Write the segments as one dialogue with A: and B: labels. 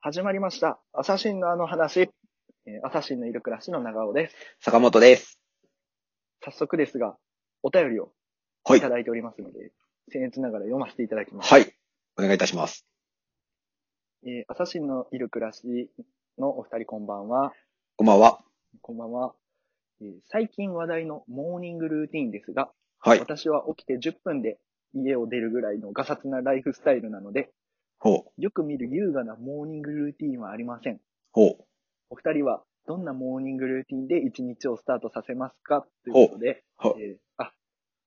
A: 始まりました。アサシンのあの話。えーアサシンのいる暮らしの長尾です。
B: 坂本です。
A: 早速ですが、お便りを
B: はいい
A: た。だいておりますので、僭越ながら読ませていただきます。
B: はい。お願いいたします。
A: えーアサシンのいる暮らしのお二人こんばんは。
B: こんばんは。
A: こんばんは。えー最近話題のモーニングルーティーンですが、
B: はい。
A: 私は起きて10分で家を出るぐらいのガサツなライフスタイルなので、
B: ほう。
A: よく見る優雅なモーニングルーティーンはありません。
B: ほう。
A: お二人はどんなモーニングルーティンで一日をスタートさせますかということで、
B: ほう
A: えーあ、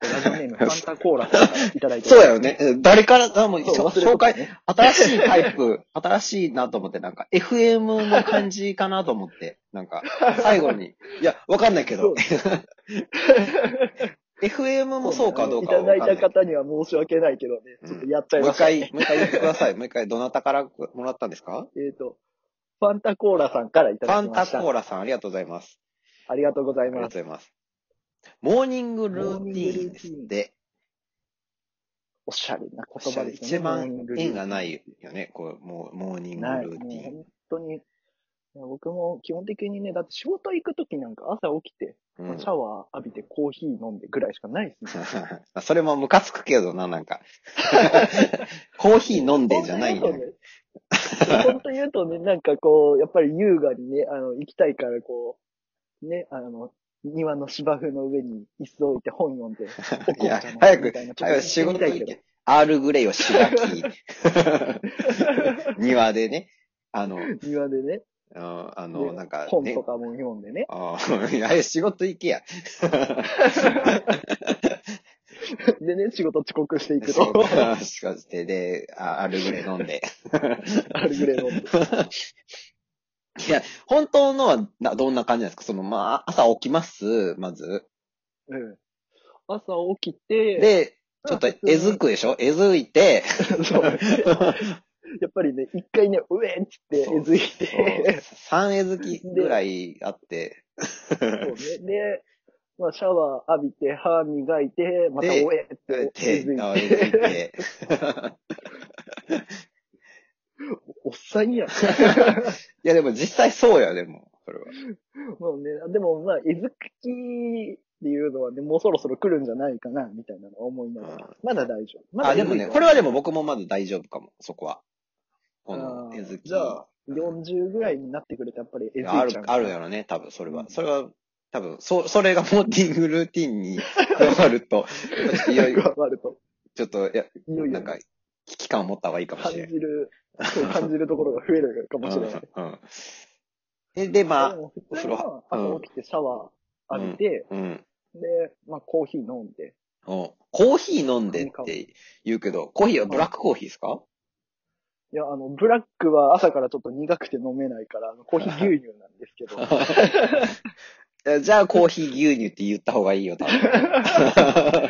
A: ラジオ ネームファンタコーラさんからいただいてお
B: そう
A: り
B: だよね。え誰から、あもう、
A: ます。そう、忘れて
B: 紹
A: た
B: 介、
A: ね。
B: 新しいタイプ、新しいなと思って、なんか、FM の感じかなと思って、なんか、最後に。いや、わかんないけ ど。FM もそうかどうか
A: い
B: は
A: ただ
B: わ
A: い
B: かんな
A: た
B: い。も
A: 方には申し訳ないけどね、ちょっとやっちゃいうま
B: 一
A: した。
B: 回、もう一回言ってください。もう一回、どなたからもらったんですか
A: えっ、と、ファンタコーラさんからいた
B: フ
A: だ
B: ァ
A: き
B: ン
A: ま
B: タ
A: した。
B: コーラさん、ありがとうございます。
A: ありがとうござい
B: ありが
A: ます。
B: とうございます。モーニングルーティーンですって。
A: おしゃれな言葉ですね。
B: 一
A: モーニン
B: 番
A: グルーティ
B: 縁
A: ン
B: がないよね、こう、もう、モーニング
A: ない。
B: ルーテ
A: もう
B: ィーン。
A: 本当に。いや僕も基本的にね、だって仕事行くときなんか朝起きて、
B: うん
A: シャワー浴びてコーヒー飲んでぐらいしかないですね。
B: それもムカつくけど な、なんか。コーヒー飲んでじゃないよ、ね。
A: 本当言うとね、なんかこう、やっぱり優雅にね、あの、行きたいからこう、ね、あの、庭の芝生の上に椅子置いて本読んで、お
B: い
A: こう
B: や
A: か、な
B: 早
A: み
B: く
A: たいな、ちょっ
B: 早
A: と
B: く仕事
A: やって
B: 行
A: みたい
B: け。アールグレイをしば き。庭でね。あの、
A: けど庭でね、
B: ああ
A: ね
B: の、なんか、
A: 本
B: ね
A: と。かも読んでね、
B: あーいや仕事行 けや。
A: でね、仕事遅刻していく
B: 仕
A: と
B: 事、をして、で、あアールグレイ飲んで。
A: あるぐらいの。
B: いや、本当のはなどんな感じなんですかその、まあ、朝起きます、まず。
A: うん。朝起きて、
B: で、ちょっとえずくでしょえずい て、
A: そうやっぱりね、一回ね、うえんっつってえずいて、
B: 3えずきぐらいあって、
A: そうね。で、まあ、シャワー浴びて、歯磨いて、またお
B: で
A: えっ
B: で
A: て、
B: 手
A: 気づ
B: あ
A: い
B: えずい
A: て。
B: て。
A: おっさんやん。
B: いや、でも実際そうや、でも。それは。
A: もうね、でもまあ、えずきっていうのはね、もうそろそろ来るんじゃないかな、みたいなのを思いながら。
B: うん
A: まだ大丈夫。まだ
B: あ、でもね、これはでも僕もまだ大丈夫かも、そこは。この
A: あー
B: えずき。
A: じゃあ40ぐらいになってくれたらやっぱりえずいちゃう。
B: ある、あるやろね、多分、それ
A: う
B: は
A: ん。
B: それは、多分、そ、それがモーティングルーティンに加わる と、やっぱちょっといよいよ、
A: 加わると。
B: ちょっと、いや、
A: いよいよ
B: なんか、危機感を持った方がいいかも
A: 感
B: し
A: じ
B: れない。
A: る、そう感じるところが増えるかもしれない。
B: うんうんえ、で、ま
A: で
B: あ、
A: も
B: お
A: 普通
B: 風呂
A: は
B: はうん
A: 朝起きてシャワー浴びて、
B: うん。
A: で、まあコーヒー飲んで。
B: おコーヒー飲んでって言うけど、コーヒーはブラックコーヒーですか
A: いや、あの、ブラックは朝からちょっと苦くて飲めないから、あのコーヒー牛乳なんですけ ど。
B: じゃあ、コーヒー牛乳って言った方がいい よ、多分。
A: いや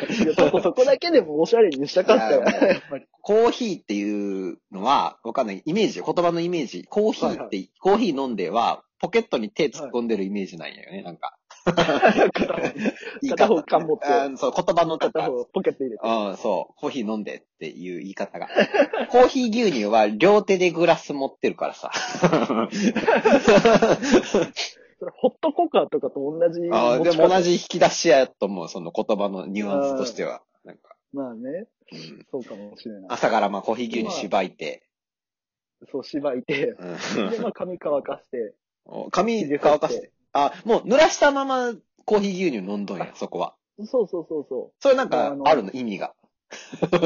A: ちょっとそこだけでもおしゃれにしたかったよ ね、やっぱり。
B: コーヒーっていうのは、わかんない。イメージ、言葉のイメージ。コーヒーって、
A: はいは
B: コーヒー飲んでは、ポケットに手突っ込んでるイメージなんやよね、なんか。
A: 片方
B: 言い
A: 片
B: 方
A: 方缶持って、
B: あーそう、言葉の
A: 片
B: 方
A: 方ポケット入れて。
B: うん、そう。コーヒー飲んでっていう言い方が。コーヒー牛乳は両手でグラス持ってるか らさ。
A: それホットコカとかと同じ。
B: あーでも同
A: じ。
B: じ引き出しやと思う、その言葉のニュアンスとしては。なんか、
A: まあね、
B: うん
A: そうかもしれない。
B: 朝からまあコーヒー牛乳しばいて、
A: そう、しばいて、
B: うん
A: で、まあ髪乾かして、
B: お髪乾かして。あ、もう濡らしたままコーヒー牛乳飲んどんや、そこは。
A: そうそうそうそ
B: それなん
A: あ
B: か
A: の
B: あるの、意味が。
A: う。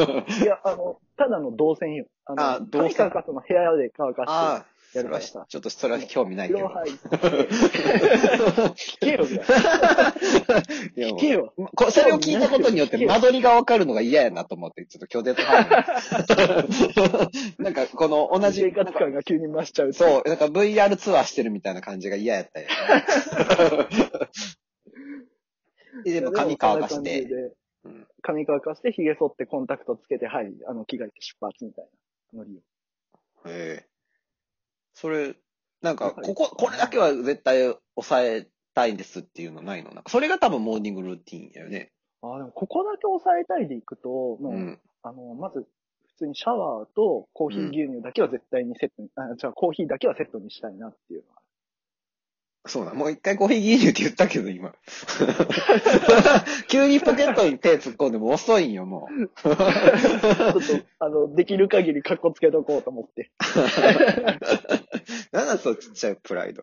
A: いや、あの、ただの動線よ。あの、
B: あ動線
A: 髪乾かすの部屋で乾か
B: ああ、
A: して
B: そ
A: やるか
B: れは
A: ら
B: ち
A: さ。
B: ょっとそれは興味ないけ
A: 風呂
B: ど。
A: 入って、聞けよ、ぐらい
B: いやも
A: 聞
B: う
A: けよ。
B: これそれを聞いたことによって間取りがわかるのが嫌やなと思って、ちょっと拒絶派なんか、この同じ
A: 生、活感が急に増しちゃう。
B: そう、なんか VR ツアーしてるみたいな感じが嫌やったよね。で、
A: いや。
B: でも
A: で
B: 髪乾か
A: そ
B: し
A: んな感じ
B: て。
A: で
B: うん
A: 髪乾かして、髭剃ってコンタクトつけて、はい、あの、着替えて出発みたいなノリを。
B: へえそれ、なんか、ここ、これだけは絶対抑えたいんですっていうのないのなんか、それが多分モーニングルーティーンやよね。
A: ああ、でもここだけ抑えたいでいくと、もう、
B: うん。
A: あの、まず、通にシャワーとコーヒー牛乳だけは絶対にセットに、あ、じゃあコーヒーだけはセットにしたいなっていうのは。
B: そうだ、もう一回コーヒー牛乳って言ったけど、今。 急にポケットに手突っ込んでも遅いんよ、もう。
A: ちょっと、あの、できる限り格好つけとこうと思って。
B: なんだ、そうちっちゃいプライド。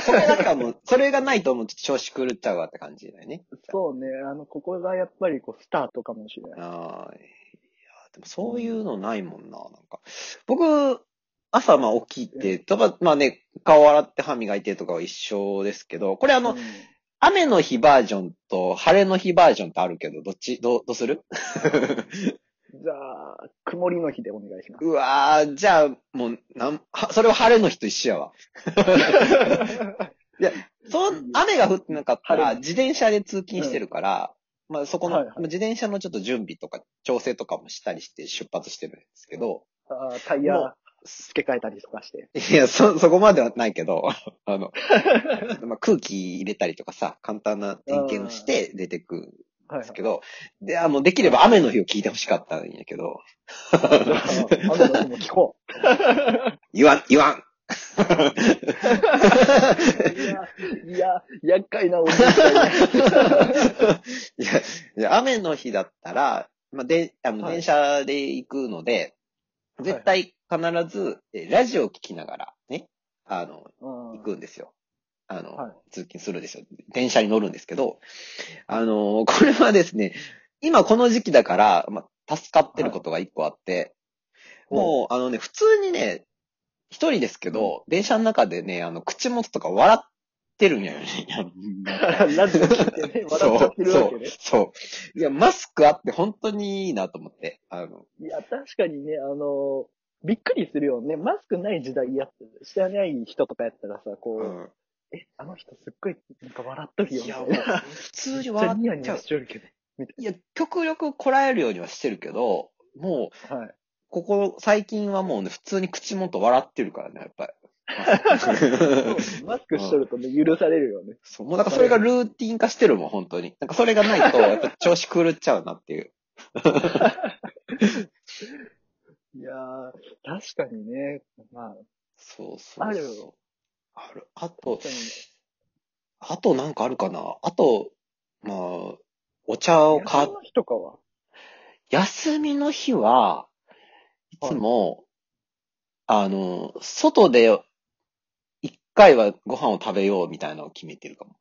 B: それだからもう、それがないともうちょっと調子狂っちゃうわって感じだよね。
A: そうね、あの、ここがやっぱりこう、スタートかもしれない。
B: ああ、いや、でもそういうのないもんな、なんか。僕、朝まあ起きて、とか、まあね、顔洗って歯磨いてとかは一緒ですけど、これあの、雨の日バージョンと晴れの日バージョンってあるけど、どっち、どう、どうする
A: うんじゃあ、曇りの日でお願いします。
B: うわー、じゃあ、もう、なん、は、それは晴れの日と一緒やわ。 そう、雨が降ってなかった
A: 晴
B: ら、
A: れ
B: 自転車で通勤してるから、まあそこの、
A: はいはい
B: 自転車のちょっと準備とか、調整とかもしたりして出発してるんですけど、
A: あータイ
B: も
A: ヤ付け替えたりとかして。
B: いや、そ、 そこまではないけど、 あの、まあ空気入れたりとかさ、簡単な点検をして出てくるん
A: はいは
B: で
A: い
B: すけど、で、あ、もうできれば雨の日を聞いてほしかったんやけど、
A: あの、あの日も聞こ
B: 言わん、言わ ん
A: う。 いや、いや、厄介なおじいさんや。
B: いや、いや雨の日だったら、まあ、で、あの、
A: はい
B: 電車で行くので、絶対必ず、えラジオを聞きながら、ね、あの、
A: 行
B: 行くんですよ。あの、
A: はい
B: 通勤するんですよ。電車に乗るんですけど、あの、 これはですね、今この時期だから、まあ、助かってることが一個あって、もう、あのね、普通にね、一人ですけど、電車の中でね、あの、口元とか笑ってるんやよね。
A: ラジオ聞いてね、 笑っちゃってるわけね。
B: そう。そう。いや、マスクあって本当にいいなと思って。あの、
A: いや、確かにね、あの、びっくりするよね。マスクない時代やって、してない人とかやったらさ、こう、
B: うん。
A: え、あの人すっごい、なんか笑っとるよ、
B: い
A: み
B: や、
A: た
B: も
A: いうな。
B: 普通に
A: めっちゃ
B: 笑
A: ニヤ
B: っ
A: ニ
B: ちゃ
A: ヤ
B: う
A: し。てるけ
B: いや、極力こらえるようにはしてるけど、もう、
A: ど。 はい。
B: ここ最近はもうね、普通に口元笑ってるからね、やっぱり。
A: マスクしとるとね、許されるよね。
B: そう、もうなんかそれがルーティン化してるもん、本当に。なんかそれがないと、やっぱ調子狂っちゃうなっていう。
A: いやー、確かにね。まあ、
B: そうそうそう。
A: あるよ
B: ある。あと
A: 確か、に
B: あとなんかあるかなあと、まあ、お茶を買っ
A: 休みの日とかは
B: 休みの日は、いつも、あの、外で、一回はご飯を食べようみたいなのを決めて るかも。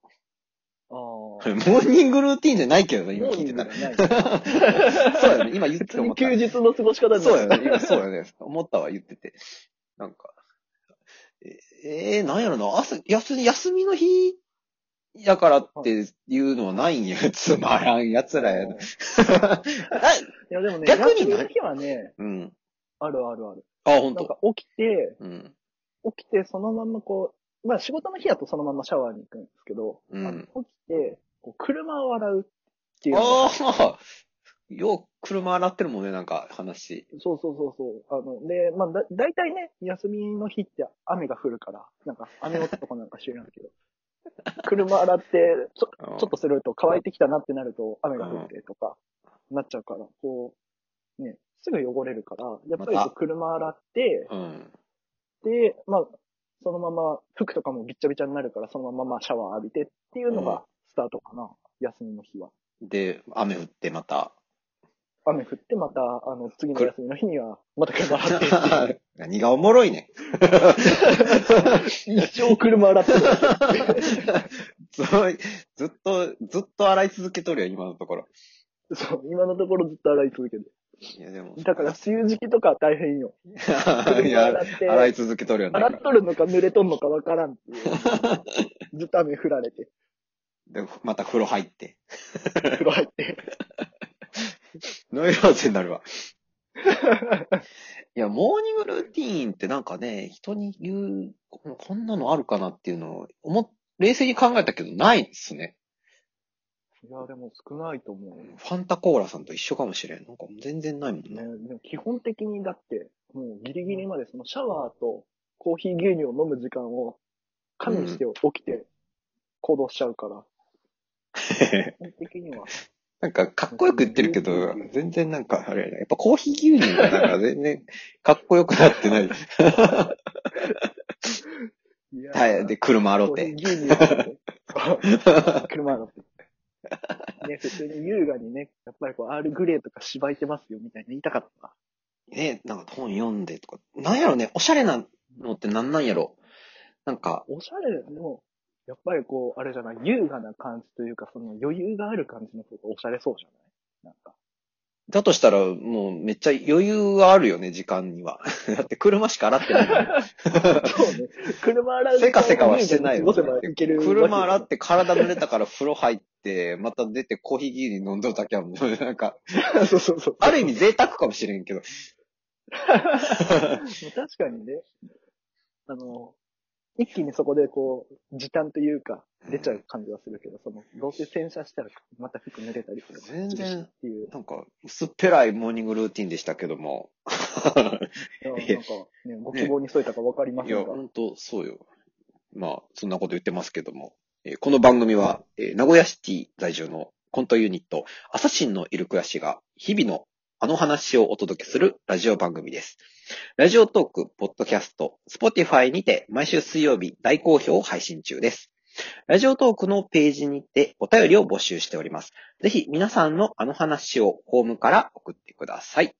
A: ああ。モ
B: モーニングルーティンじゃないけどね、今
A: ー
B: 聞い
A: ニ
B: て
A: ング
B: た
A: じ
B: ら。
A: ゃない。
B: そうやね、今言っ
A: 普
B: てて
A: 通
B: 思
A: に
B: った
A: 休。日の過ごし方
B: そうや
A: ね。
B: ね、今そうやね。思ったわ、言ってて。なんか、ええー、なんやろな、朝、休み、休みの日やからっていうのはな いんや。つまらん奴らやな。
A: いや、でもね、
B: 逆に
A: 休みの日はね、
B: うん。
A: あるあるある。
B: あ、ほ
A: な
B: ん
A: ん
B: と。
A: か起きて、
B: うん。
A: 起きてそのまんまこう、まあ仕事の日だとそのままシャワーに行くんですけど、
B: うん
A: あの起きて、こう車を洗うっていうのが。
B: ああよう車洗ってるもんね、なんか話。
A: そうそうそうそう。あの、で、まあだ、だいたいね、休みの日って雨が降るから、なんか雨男なんか知らんけ ど、車洗って、ちょ
B: ちょ
A: ちょっとすると乾いてきたなってなると雨が降ってとか、なっちゃうから、こう、ね、すぐ汚れるから、やっぱり
B: ま
A: こ
B: た
A: う車洗って、
B: うん。
A: で、まあ、そのまま服とかもびっちゃびちゃになるから、そのまままあシャワー浴びてっていうの
B: うん
A: がスタートかな、休みの日は。
B: で、雨降ってまた。
A: 雨降ってまた、あの、次の
B: くる
A: 休みの日には、また車 洗ってっていう、
B: 何がおもろいね
A: 一生車洗ってる。
B: ん そうずっと、ずっと洗い続けとるよ、今のところ。
A: そう、今のところずっと洗い続けて。
B: いや、でも。
A: だから、梅雨時期とかは大変よ。
B: い
A: 車
B: や、
A: 洗って、
B: 洗い続けとるよね。
A: 洗っとるのか濡れとんのかわからんっていう。 ずっと雨降られて、
B: で、また風呂入って。
A: 風呂入って。
B: ノイローゼになるわ。いや、モーニングルーティーンってなんかね、人に言う、ここんなのあるかなっていうのを、思っ冷静に考えたけど、ないですね。
A: いや、でも少ないと思う。ね、
B: ファンタコーラさんと一緒かもしれん。なんか全然ないもん
A: で
B: ね。
A: も基本的にだって、もうギリギリまでそのシャワーとコーヒー牛乳を飲む時間を加味 して起きて行動しちゃうから、基本的には。
B: なんか、かっこよく言ってるけど、全然なんか、あれやな。やっぱコーヒー牛乳がなんか全然、かっこよくなってない。
A: いやー
B: はい。で、車ロ テ。
A: 牛乳そう車の。ね、普通に優雅にね、やっぱりこう、アールグレーとか芝居てますよみたいな言いたかったな。
B: ね、なんか本読んでとか。なんやろね、おしゃれなのってなんなんやろ。なんか、
A: おしゃれの、やっぱりこう、あれじゃない、優雅な感じというか、その余裕がある感じの方がおしゃれそうじゃないなん か。
B: だとしたらもうめっちゃ余裕があるよね、時間には。 だって車しか洗ってないもん。
A: そうね。車洗う
B: せかせかはしてない
A: 優
B: よ
A: 雅に過ごせばいけるわけですよね
B: 車洗って体濡れたから風呂入って、また出てコーヒー牛乳飲んどるだけは もうなんか、
A: そうそうそう。
B: ある意味贅沢かもしれんけど。
A: 確かにね、あの、一気にそこでこう、時短というか、出ちゃう感じはするけど、その、どうせ洗車したらまた服濡れたりする。
B: 全然
A: っていう。
B: なんか、薄っぺらいモーニングルーティンでしたけども。
A: なんか、 ね、ご希望に添えたかわかりま
B: い
A: せん
B: や、
A: が。
B: 本当そうよ。まあ、そんなこと言ってますけども。えーこの番組は、えー名古屋シティ在住のコントユニット、アサシンのいる暮らしが、日々のあの話をお届けするラジオ番組です。ラジオトーク、ポッドキャスト、スポティファイにて毎週水曜日大好評を配信中です。ラジオトークのページにてお便りを募集しております。ぜひ皆さんのあの話をホームから送ってください。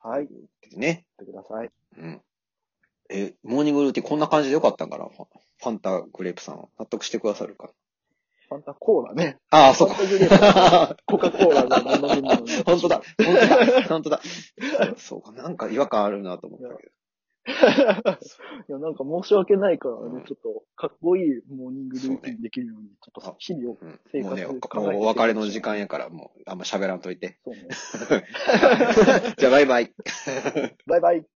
A: はい、言っ
B: ね。
A: てください。
B: うん。え、モーニングルーティンこんな感じでよかったんかなファファンタグレープさんは。納得してくださるか
A: ファンタコーラね。
B: なああ、そう
A: ファンタグレープ
B: か。
A: コカ・コーラの飲み物。
B: 本当だ。本当だ。本当だ。そうか。なんか違和感あるなと思ったけ
A: いや、なんか申し訳ないからね、ちょっと、かっこいいモーニングルーティンできるように、ちょっと日々を。
B: ど。うん
A: 生
B: もうね、
A: 活
B: も
A: 考えて
B: うお別れの時間やから、も う、あんま喋らんといて。
A: そうね。
B: じゃあ、バイバイ。
A: バイバイ。